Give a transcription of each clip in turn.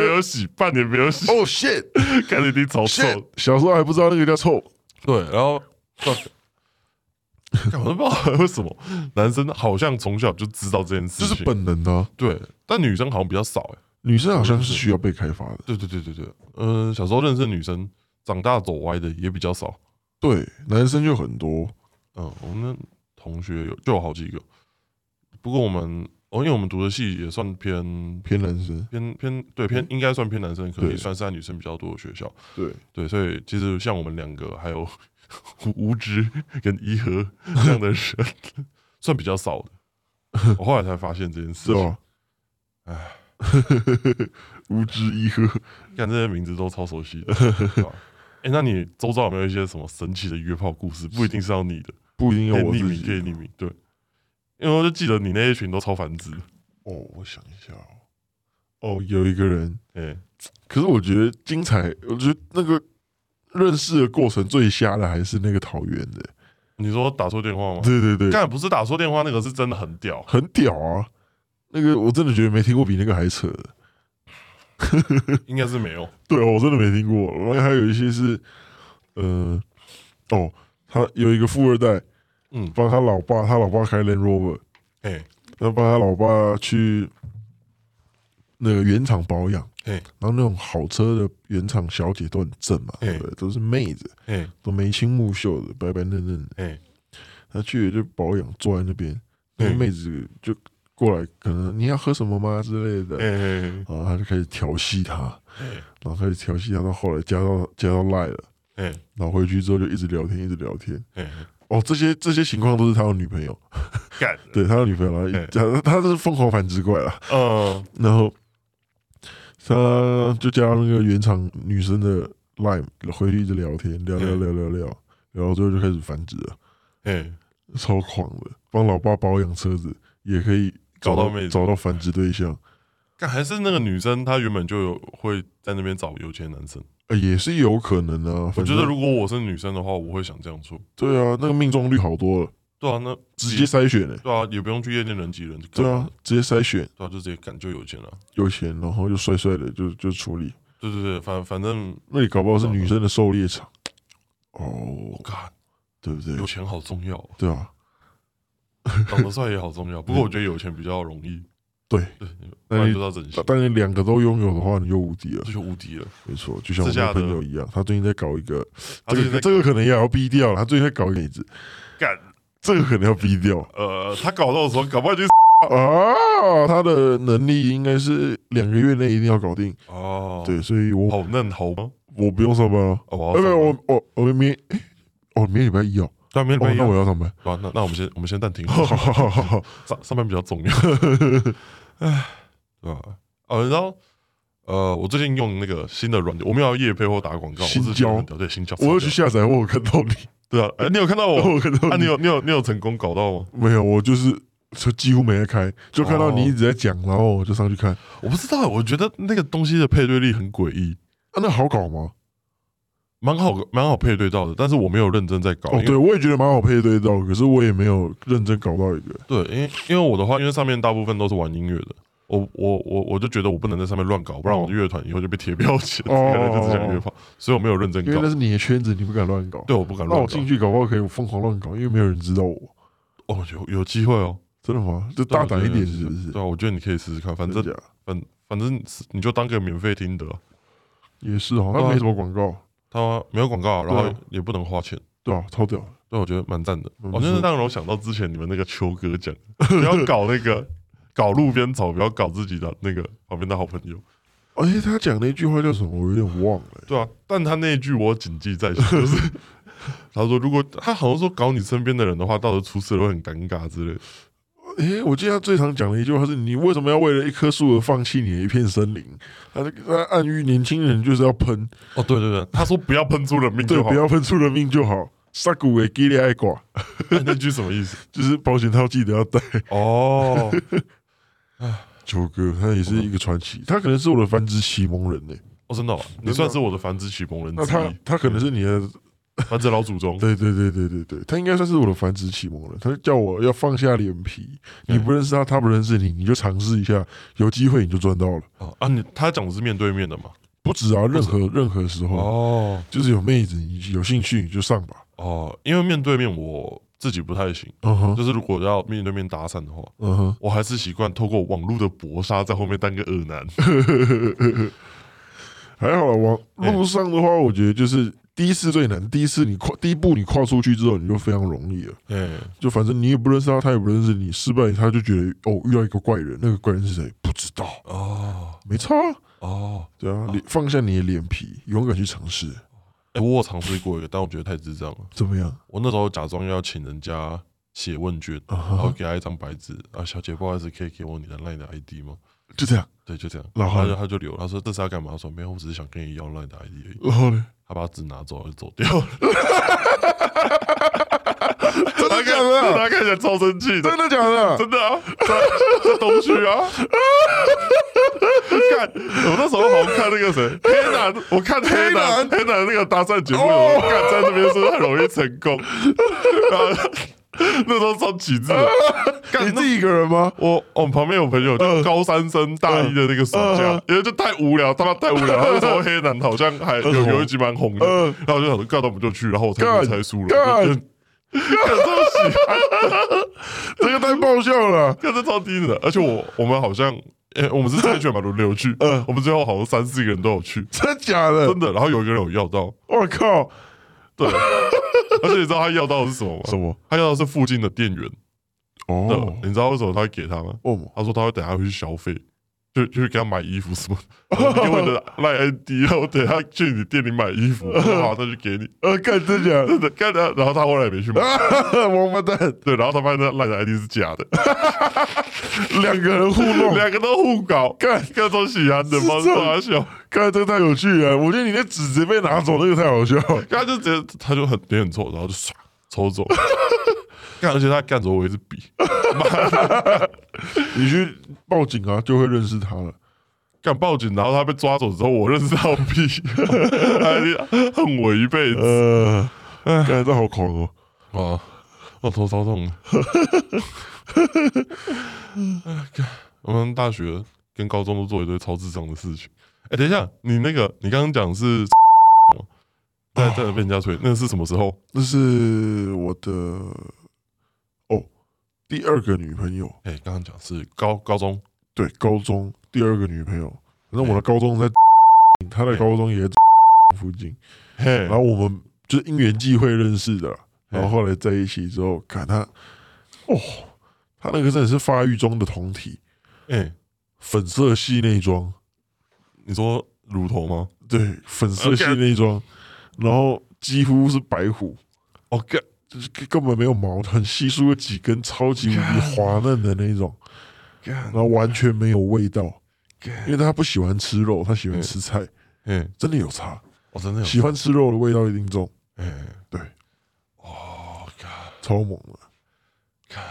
有洗，半年没有 洗，哦 shit 看着你超臭。 shit，小时候还不知道那个叫臭，对，然后，干嘛不知道为什么男生好像从小就知道这件事这情，是本能的啊。对，但女生好像比较少哎。女生好像是需要被开发的，对对对对对，嗯、小时候认识的女生，长大走歪的也比较少。对，男生就很多。嗯，我们同学有就有好几个，不过我们哦，因为我们读的系也算偏偏男生，偏偏对偏，应该算偏男生，可能也对算是在女生比较多的学校。对，对，所以其实像我们两个还有吴植跟怡和这样的人， 算比较少的。我后来才发现这件事是哦情，吧？哎， 无知一喝，看这些名字都超熟悉的。对吧哎、那你周遭有没有一些什么神奇的约炮故事？不一定是要你的，不一定可以要我匿自名，可以己。匿名。对，因为我就记得你那一群都超繁殖。哦，我想一下哦，哦，有一个人，哎、可是我觉得精彩，我觉得那个认识的过程最瞎的还是那个桃园的，你说打错电话吗？对对对，干不是打错电话，那个是真的很屌。很屌啊！那个我真的觉得没听过比那个还扯的，应该是没有。 对哦，我真的没听过。然后还有一些是，呃，哦，他有一个富二代嗯，帮他老爸，他老爸开 Land Rover，哎、然后帮他老爸去那个原厂保养，嘿然后那种好车的原厂小姐都很正嘛，嘿对不对，都是妹子，哎、都眉清目秀的，白白嫩嫩的。哎、他去了就保养，坐在那边，那嘿个妹子就过来，可能你要喝什么吗之类的，哎、哎然后他就开始调戏她，然后开始调戏她，到后来加到加到赖了，哎然后回去之后就一直聊天，一直聊天。哎，哦，这些这些情况都是他有女朋友，干，对他有女朋友，嘿然后他他这是疯狂繁殖怪啦。嗯然后他就加那个原厂女生的 line 回去一直聊天，聊聊嗯聊聊聊，然后最后就开始繁殖了，哎，超狂的，帮老爸保养车子也可以搞找到妹子找到繁殖对象，干还是那个女生，她原本就有会在那边找有钱男生。呃，也是有可能啊。我反觉正得如果我是女生的话，我会想这样做。对啊，那个命中率好多了，对啊，那直接筛选嘞、对啊，也不用去夜店人挤人，就干对嘛啊，，直接筛选对啊，就直接干就有钱了。有钱，然后又帅帅的就就处理。对对对，反反正那里搞不好是女生的狩猎场，哦我，啊干对不对有？钱好重要哦，对啊，长得帅也好重要。不过我觉得有钱比较容易， 对。对，不那然你就要整形，但你两个都拥有的话，你就无敌了啊这。就无敌了。没错，就像我那个朋友一样，他最近在搞一个，他 最这近个在这个可能也要逼掉了。他最近在搞一个妹子，干，这个可能要 逼掉呃，他搞到的时候，搞不好就啊！他的能力应该是两个月内一定要搞定。哦，，对，所以我好嫩好吗？我不用上班了。哦，我哎，要没有，上班我我我明天，哎哦，明天礼拜一哦，对啊， 没哦没，那我要上班。好，那那我们先我们先 暂停，好好好好好，上上班比较重 要。哎，对吧？哦，然后呃，我最近用那个新的软件，我们要夜配或打广告，我新是觉得很屌交对新交，我要去超屌下载，我有看到你，对啊，哎，你有看到我 我？有看到啊，你哦有你，你有你有成功搞到吗？没有，我就是就几乎没在开，就看到哦你一直在讲，然后我就上去看。啊，我不知道，我觉得那个东西的配对力很诡异，啊那好搞吗？蛮好蛮好配对到的，但是我没有认真在搞。哦，因为对，我也觉得蛮好配对到，可是我也没有认真搞到一个。对，因为因为我的话，因为上面大部分都是玩音乐的。我我我我就觉得我不能在上面乱搞，不然我的乐团以后就被贴标签， 可哦能就只想约炮，所以我没有认真因为搞那。是你的圈子，你不敢乱搞。对，我不敢那乱我搞进。去搞不好可以疯狂乱搞，因为没有人知道我。哦，有有机会哦，真的吗？就大胆一点，是不是？对啊，我觉得你可以试试看，反正真假反反正是你就当个免费听的，也是哦，对啊那没什么广告，他没有广告啊，然对后啊也不能花钱，对啊，超屌的。对，我觉得蛮赞的。嗯哦，真的不错让我想到之前你们那个秋哥讲， 不要搞那个搞路边草，不要搞自己的那个旁边的好朋友。而且他讲那句话叫什么，我有点忘了。对啊，但他那一句我谨记在心，就是 他说如果他好像说搞你身边的人的话，到时候出事了会很尴尬之类的。诶，我记得他最常讲的一句话是：“你为什么要为了一棵树而放弃你的一片森林？”他就他暗喻年轻人就是要喷，哦，对对对，他说不要喷出人命对，就好不。要喷出人命就好。杀骨给给你爱寡，那句什么意 思？就是保险套记得要带。哦，九哥，他也是一个传奇，他可能是我的繁殖启蒙人呢、嗯哦，真的、哦，你算是我的繁殖启蒙人之那他一。他可能是你的繁殖老祖宗。对对对对对对，他应该算是我的繁殖启蒙了。他就叫我要放下脸皮，嗯你不认识他，他不认识你，你就尝试一下，有机会你就赚到了。哦啊，你他讲的是面对面的嘛？不止啊，任何任何时候，哦就是有妹子，你有兴趣你就上吧。哦，因为面对面我自己不太行，嗯哼，就是如果要面对面搭讪的话，嗯哼，我还是习惯透过网络的搏杀在后面当个恶 男。还好啦。往哎路上的话，我觉得就是第一次最难，第一次你跨第一步你跨出去之后，你就非常容易了。嗯，就反正你也不认识他，他也不认识你，失败他就觉得哦，遇到一个怪人，那个怪人是谁不知道，哦没差啊，哦，对啊，你放下你的脸皮，勇敢去尝试，哎、我有尝试过一个，但我觉得太智障了。怎么样？我那时候假装要请人家写问卷，啊然后哈，给他一张白纸啊，小姐，不好意思，可以给我你的 LINE 的 ID 吗？就这样，对，就这样。然后他呢就他就留，他说这是要干嘛？他说没有，我只是想跟你要 LINE 的 ID 而已。然后呢？他把纸拿走，他就走掉。他 真的假的？他看起来超生气的，真的假的？真的啊，在东区啊。 看，我那时候好像看那个谁，黑男，我看黑男，黑男那个搭讪节目，哦我看在那边是不是很容易成功？然后那时候超旗帜的，干你自己一个人吗？我哦我们旁边有朋友，就高三生大一的那个暑假嗯，因为就太无聊，他妈太无聊。他那时候黑男好像还有有一集蛮红的，嗯然后我就想说，干，那我们就去，然后我才干猜输了，干我就干超喜欢，这个太爆笑了。干这超低能的。而且我我们好像，诶，我们是猜拳嘛，轮流去，嗯我们最后好像三四个人都有去，真的假 的真？的。然后有一个人有要到，我靠！对，而且你知道他要到的是什么吗？么？他要的是附近的店员的哦，你知道为什么他会给他吗？哦，他说他会等下会去消费，就就去给他买衣服 什么的。我说你给我你的 line ID，然后等下去你店里买衣 服，我说好，那就给你。呃，干真假 的？真的，干的。然后他后来也没去买，啊王八蛋，对，然后他发现那 line 的 ID 是假的，两个人互弄，两个都互搞，干各种喜欢的，哦是妈这傻笑。干这个太有趣了。我觉得你那纸直接被拿走，那个太好笑了。他就直接他就很脸很臭，然后就唰抽 走。干，而且他干走我一支笔，你去报警啊，就会认识他了。干报警，然后他被抓走之后，我认识到屁，他恨我一辈子呃，干这好恐哦。啊！我头超痛的。哎干我们大学跟高中都做一堆超智障的事情。哎、等一下，你那个你刚刚讲是 吗在在被人家 吹，那是什么时候？那是我的哦，第二个女朋友，哎、刚刚讲是高高中，对，高中第二个女朋友。反正我的高中在， 她的高中也在 附近。嘿，然后我们就是因缘际会认识的啦，嗯然后后来在一起之后，看他，哦，他那个真的是发育中的酮体，哎、粉色系内装，你说乳头吗？对，粉色系内装，然后几乎是白虎，哦，干，就是根本没有毛，很稀疏的几根，超级无敌滑嫩的那种，干然，后完全没有味道，干因为他不喜欢吃肉，他喜欢嗯吃菜，哎，真的有差，我真的有喜欢吃肉的味道一定重，哎，对，哦，干超猛的。干，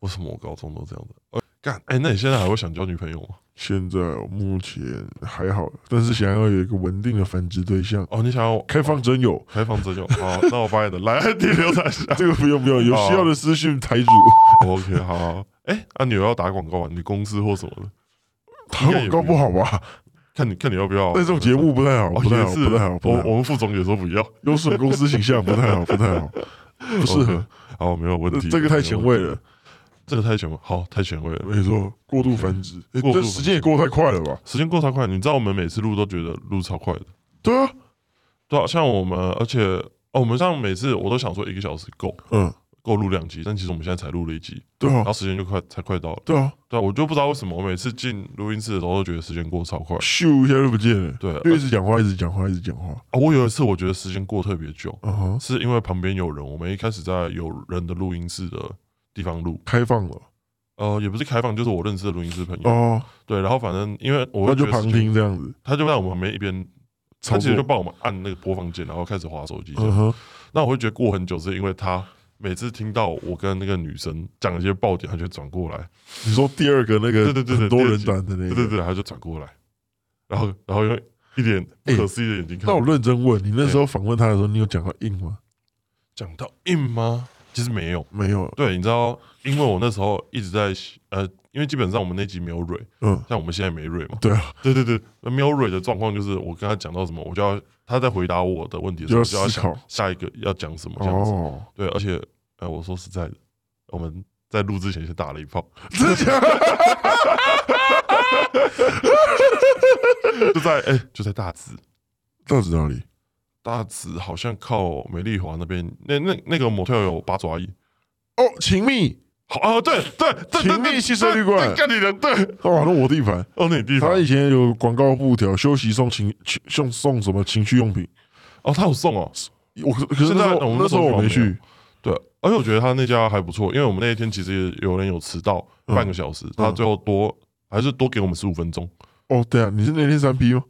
为什么我高中都这样子？呃干，哎，那你现在还会想交女朋友吗？现在我目前还好，但是想要有一个稳定的繁殖对象，哦，你想要开放真有，开放这就好，那我把你的来 ID 留在下。 这个不用不用，有哦需要的私讯台主。 OK，好好，好哎，啊，你有要打广告啊？你公司或什么的？打广告不好吧？看你看你要不要？那这种节目不太好，哦不太好，也是，不太好，不我太好，我们副总也说不要，有损公司形象，不太好，不太好，不适合。哦，没有问这题，这个太前卫了，这个太前卫，好，太前卫了。没错，过度繁殖，诶过度繁这殖时间也过得太快了吧？时间过超快，你知道我们每次录都觉得录超快的。对啊，对啊，像我们，而且哦，我们像每次我都想说一个小时够嗯，够录两集，但其实我们现在才录了一集，对然啊后，时间就快才快到了。对啊，对啊，我就不知道为什么我每次进录音室的时候都觉得时间过得超快。咻一下就不见了，对，就啊一直讲话，一直讲话，一直讲话。我有一次我觉得时间过得特别久，嗯哼，是因为旁边有人。我们一开始在有人的录音室的地方录，开放了呃，也不是开放，就是我认识的录音室朋友。哦，对，然后反正因为我那会就觉得旁时间，听这样子，他就在我们旁边一边，他操其实就作。帮我们按那个播放键，然后开始划手机这样。嗯哼，那我会觉得过很久，是因为他每次听到我跟那个女生讲一些爆点，他就会转过来，你说第二个那个对对对对很多人第二转的那对个，对对，他就转过来，然后然后因为一脸不可思议的眼睛看那我我。认真问你，那时候访问他的时候，你有讲到硬吗？讲到硬吗？其实没有。没有，对，你知道，因为我那时候一直在呃，因为基本上我们那集没有蕊，嗯，像我们现在没蕊 嘛。对啊，对对对，那没有蕊的状况就是，我跟他讲到什么，我就要他在回答我的问题的时候，我就就要要思想考下一个要讲什么这样子。哦， 对，而且呃，我说实在的，我们在录之前先打了一炮， 真的就在哎、就在大直，到此道理，大直好像靠美丽华那边，那那那个 motel 有八爪椅。哦，情密，好啊，对对对，情对侣汽车旅馆对对干你娘对，哦，那我地盘，哦，那地方他以前有广告布条，休息送情情送送什么情趣用品，哦，他有送哦，我可可是那时现在我候们那时候我没那时候去，对，而且我觉得他那家还不错，因为我们那一天其实也有人有迟到嗯半个小时，他最后多还是多给我们十五分钟，哦，对啊，你是那天三 P 吗？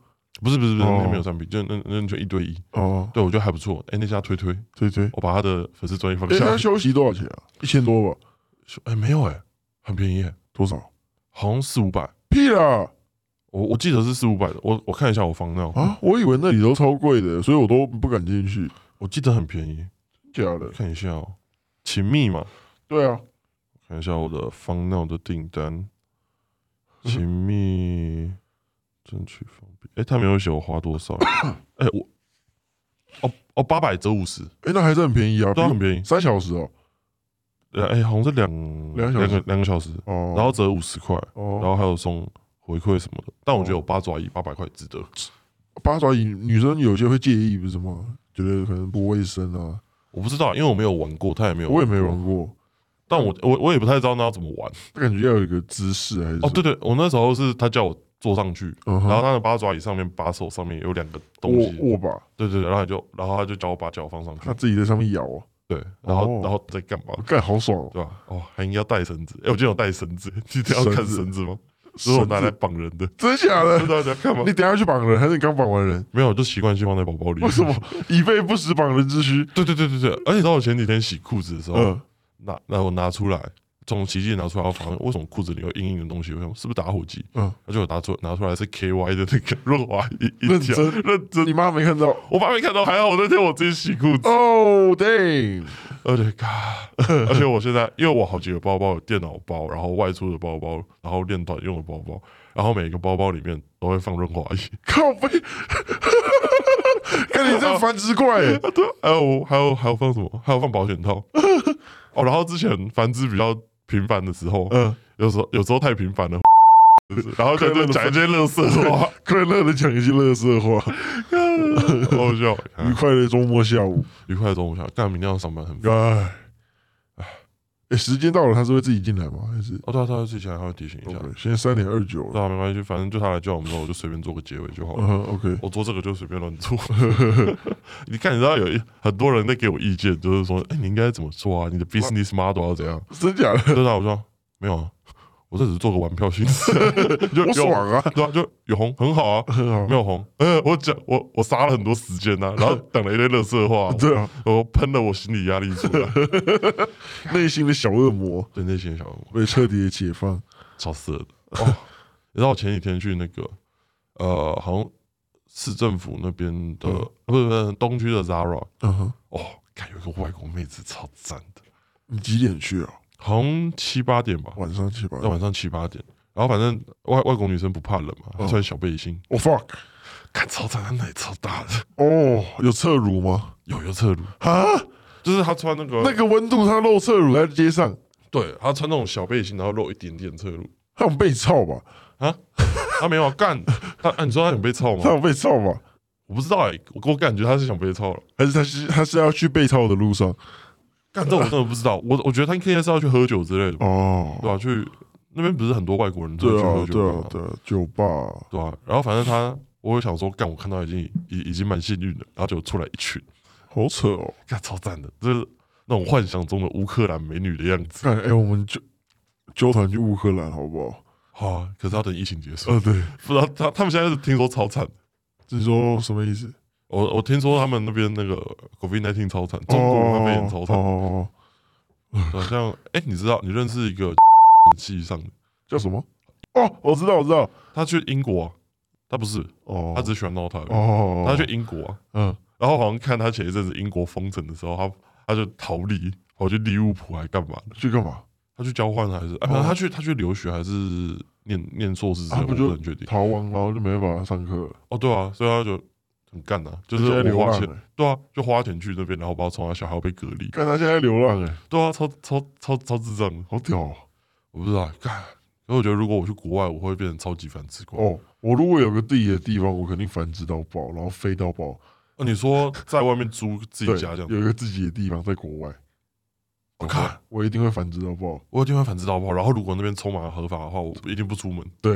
不是不是不是，哦那天没有占比，就那那就一对一，哦，对我觉得还不错，哎，那家推推，对对，我把他的粉丝专业放哎，他下，休息多少钱啊？一千多吧？哎，没有哎，很便宜哎，多少？好像四五百，屁啦！我我记得是四五百的，我我看一下我房那，啊，我以为那里都超贵的，所以我都不敢进去。我记得很便宜，假的？看一下哦，秦密嘛，对啊，看一下我的方闹的订嗯单，亲密争取方便。哎、他没有写我花多少。 哎、我哦哦，八百折五十，哎，那还是很便宜啊，对啊，很比便宜。三小时哦。呃哎、好像是两两小时两个两个小时，哦，然后折五十块，然哦，后还有送回馈什么的。但我觉得我八爪鱼八百块值得。八爪鱼女生有些会介意，不是吗？觉得可能不卫生啊。我不知道，因为我没有玩过，他也没有，我也没，玩过，但我我我也不太知道那要怎么玩。感觉要有一个姿势还是哦，对对，我那时候是他叫我坐上去，嗯哼然后他的八爪鱼上面把手上面有两个东握西，握把，对对对，然后他就然后他就叫我把脚放上去他，自己在上面咬啊，对，然后、哦然后在干嘛？干好爽哦！对吧、哦，还应该要带绳子。哎、我今天有带绳子， 你等一下要看绳子吗？这是我绳拿子来绑人的，真假不 知的？道你要啊干嘛你？等一下去绑人，还是你刚绑完人？没有，就习惯性放在包包里。 为什么？以备不时绑人之需？ 对对对对对，而且你知道我前几天洗裤子的时候，嗯，拿那我拿出来，从洗衣机拿出来，我发现为什么裤子里有硬硬的东西？我想是不是打火机？嗯嗯，而且我拿出拿出来是 K Y 的那个润滑一一认条，真认真。你妈没看到我爸没看到，还好我那天我自己洗裤子，哦，damn！而且嘎，，Oh 而且我现在因为我好几个包包，有电脑包，然后外出的包包，然后练团用的包包，然后每个包包里面都会放润滑液，靠背， 看你 这繁殖怪欸，对，还有还有还有放什么？还有放保险套 哦。然后之前繁殖比较频繁的时候，嗯，有时候有时候太频繁了，就是然后就快乐就的讲一些乐色话，快乐的讲一些乐色话，好好笑。啊愉快的周末下午，愉快的中午下，干明天要上班很烦。哎，哎，欸时间到了，他是会自己进来吗？还是哦，对啊，对啊，之前还会提醒一下， OK，现在三点二九了，对啊，没关系，反正就他来叫我们的时候，我就随便做个结尾就好了。嗯，OK，我做这个就随便乱做。 你看，你知道有一很多人在给我意见，就是说，哎、你应该怎么做啊？你的 business model 要怎样？真假的，对啊，我说没有啊，我这只是做个玩票性质， 就我有爽 啊，对啊，就有红很好啊，很好没，有红，呃，我讲我我杀了很多时间呐、然后讲了一堆乐色话， 对啊，我喷了我心理压力出来， 内心的小恶魔对那些小恶魔被彻底的解放，超色的。哦，你知道我前几天去那个呃，好像市政府那边的，嗯不是不是东区的 Zara，嗯哼，哦，看有一个外国妹子超赞的，你几点去啊？好像七八点吧，晚上去吧。在晚上七八点。然后反正外外国女生不怕冷嘛，嗯她穿小背心，我 Oh, fuck，看超赞，她奶超大的，哦，有侧乳吗？有有侧乳，啊，就是她穿那个那个温度，它露侧乳在街上，对，她穿那种小背心，然后露一点点侧乳。它有被操吧？她没有啊干，她、啊、你说她想被操它吗？有被操吧？我不知道哎、我我感觉她是想被操了。还是它是它是要去被操的路上？干这我真的不知道，我我觉得她应该是要去喝酒之类的吧，哦，对吧、去那边不是很多外国人都对去喝啊，酒对的啊嘛，对啊，酒吧，对啊，然后反正他，我有想说，干，我看到已经已已经蛮幸运的，然后就出来一群，好扯哦！干超赞的，就是那种幻想中的乌克兰美女的样子。看，哎，我们就纠团去乌克兰好不好？好啊，可是要等疫情结束，呃，对， 不知道他他们现在是听说超惨，你说什么意思？我我听说他们那边那个 COVID 1 9超惨，中国武汉肺炎超哦惨，哦哦哦，好像哎，你知道你认识一个系上的，叫什么？哦，我知道，我知道，他去英国啊、他不是，哦，他只是喜欢闹他而已。哦，他去英国啊，嗯，然后好像看他前一阵子英国封城的时候，他他就逃离，跑去利物浦还干嘛的？去干嘛？他去交换还是？哎，反哦正他去他去留学还是念念硕士之类啊的，不我就不很确定。逃亡，然后就没办法上课了，哦，对啊，所以他就很干呐，就就是现在我流花浪钱，了。对啊，就花钱去那边，然后把我从他小孩要被隔离，看他现在流浪哎、对啊，超超超超智障的，好屌哦！我不知道干。可是我觉得如果我去国外，我会变成超级反智怪。哦，我如果有个自己的地方，我肯定繁殖到爆，然后飞到爆。哦，你说在外面租自己对，家这样，有一个自己的地方在国外，我看我一定会繁殖到爆。我一定会反制到爆。然后如果那边充满了合法的话，我一定不出门。对，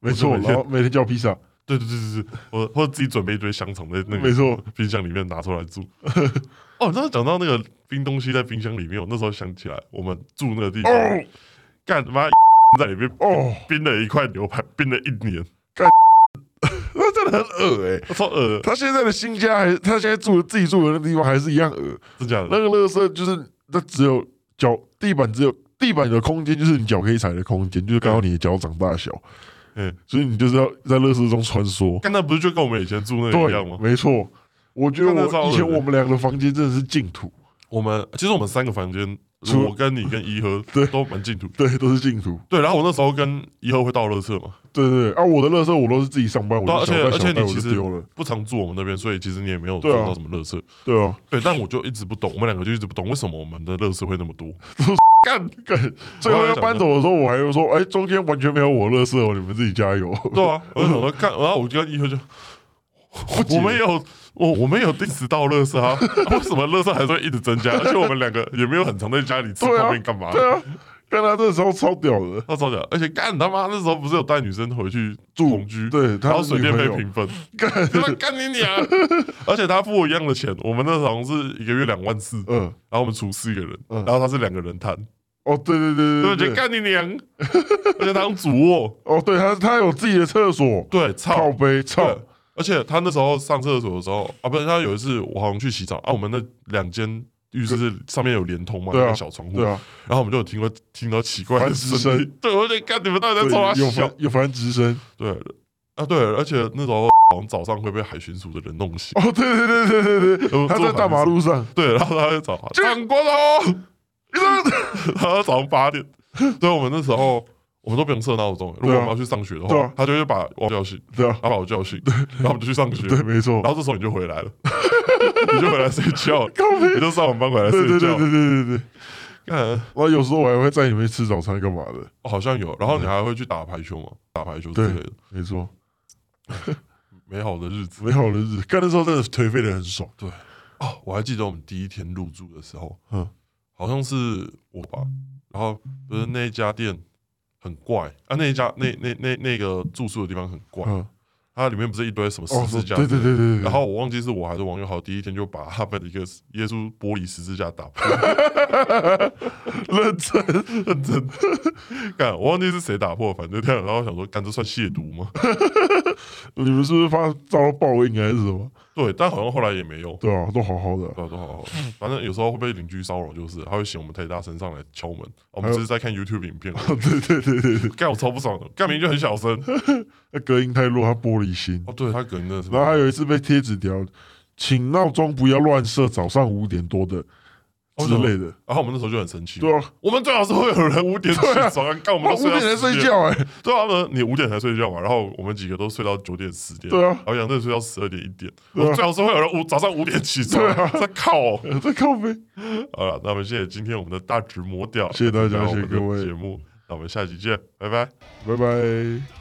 没我错。是每天然后每天叫披萨，对对对对对，我或者自己准备一堆香肠在那没个错。冰箱里面拿出来住。 哦，你知道讲到那个冰东西在冰箱里面，我那时候想起来，我们住那个地方，哦干他妈在里面哦，冰了一块牛排，冰了一年， 那真的很恶哎、我操呃，他现在的新家还，他现在住的自己住的那地方还是一样恶。真假那的？个垃圾就是，那只有脚地板只有地板的空间，就是你脚可以踩的空间，就是刚好你的脚掌大小。嗯，所以你就是要在垃圾中穿梭。干那不是就跟我们以前住那个一样对，吗？没错。我觉得那超恶的我以前我们两个房间真的是净土，我们其实我们三个房间，除我跟你跟怡和 对都蛮进土。对，都是净土。对，然后我那时候跟怡和会倒垃圾嘛，对对对啊，我的垃圾我都是自己上班，我对啊就而且而小袋小且你袋我其就实丢了。不常住我们那边，所以其实你也没有对做啊到什么垃圾。对啊，对，但我就一直不懂，我们两个就一直不懂为什么我们的垃圾会那么多。干干，最后要搬走的时候，我还会说，哎，中间完全没有我垃圾哦，你们自己加油。 对啊，我就想说干，然后我就跟怡和就，解我们有我我们有定时到垃圾啊， 为什么垃圾还是会一直增加？而且我们两个也没有很常在家里吃对啊泡面干嘛的。对啊，干他这时候超屌的，他超屌，而且干他妈那时候不是有带女生回去住同居， 对，然他后是水女电朋费友平分，干，他妈干你娘！ 而且他付我一样的钱，我们那时候好像是一个月两万四，然嗯，后我们除四个人，嗯然后他是两个人摊，哦，对对对对对不对？对，干你娘！ 而且他用主卧，哦，对他他有自己的厕所，对，靠操，背操对，。而且他那时候上厕所的时候啊，不是他有一次我好像去洗澡啊，我们那两间浴室是上面有连通嘛，对啊那个小窗户，对啊，然后我们就有听过听到奇怪的繁殖声音声，对，我就干你们到底在对冲他有笑繁？有繁殖生，对啊，对，而且那时候好像早上会被海巡署的人弄 醒，哦，对对对对对对 对，呃他在大马，路上，做法律师对，然后他就找他，这蒋国龙， 然后早上八点，所以我们那时候我们都不用设闹钟，如果对啊我们要去上学的对话啊，他就会把我叫醒，对啊，他把我叫醒，然后我们就去上学，对，没错然，后这时候你就回来了， 你就回来睡觉，靠背，你就上完班回来对睡对对觉对，对对对，看然后有时候我还会在里面吃早餐干嘛的，哦好像有，然后你还会去打排球嘛，打排球之类的，没错，美好的日子美好的日子，干的时候真的颓废的很爽，哦，我还记得我们第一天入住的时候。嗯，好像是我吧，然后不是那一家店很怪啊，那一家那那那那个住宿的地方很怪，嗯，它里面不是一堆什么十哦，字架，对对对对对，然后我忘记是我还是王永好，第一天就把他们的一个耶稣玻璃十字架打破，认真，干，我忘记是谁打破，反正这样，然后我想说，干这算亵渎吗？你们是不是发遭到报应还是什么？对，但好像后来也没有。对嗯啊，都好好的，对啊，都好好，反正有时候会被邻居骚扰，就是他会嫌我们太大声上来敲门。我们 还有只是在看 YouTube 影片， 对对对对对，干我超不爽的，干明明就很小声。那隔音太弱，他玻璃心。哦，对他可能真的是，然后还有一次被贴纸条，请闹钟不要乱设早上五点多的哦之类的。然后我们那时候就很生气，对啊，我们最好是会有人五点起对啊床，干、我们我都五睡到点才10睡。觉哎、对啊，他们你五点才睡觉嘛，然后我们几个都睡到九点十点，对啊然后杨振睡到十二点一点。对啊我最好是会有人五早上五点起床，对啊 在靠、哦。在靠背。好了，那我们谢谢今天我们的大直磨掉，谢谢大家然后我们谢谢各位的节目，那我们下期见，拜拜。拜拜。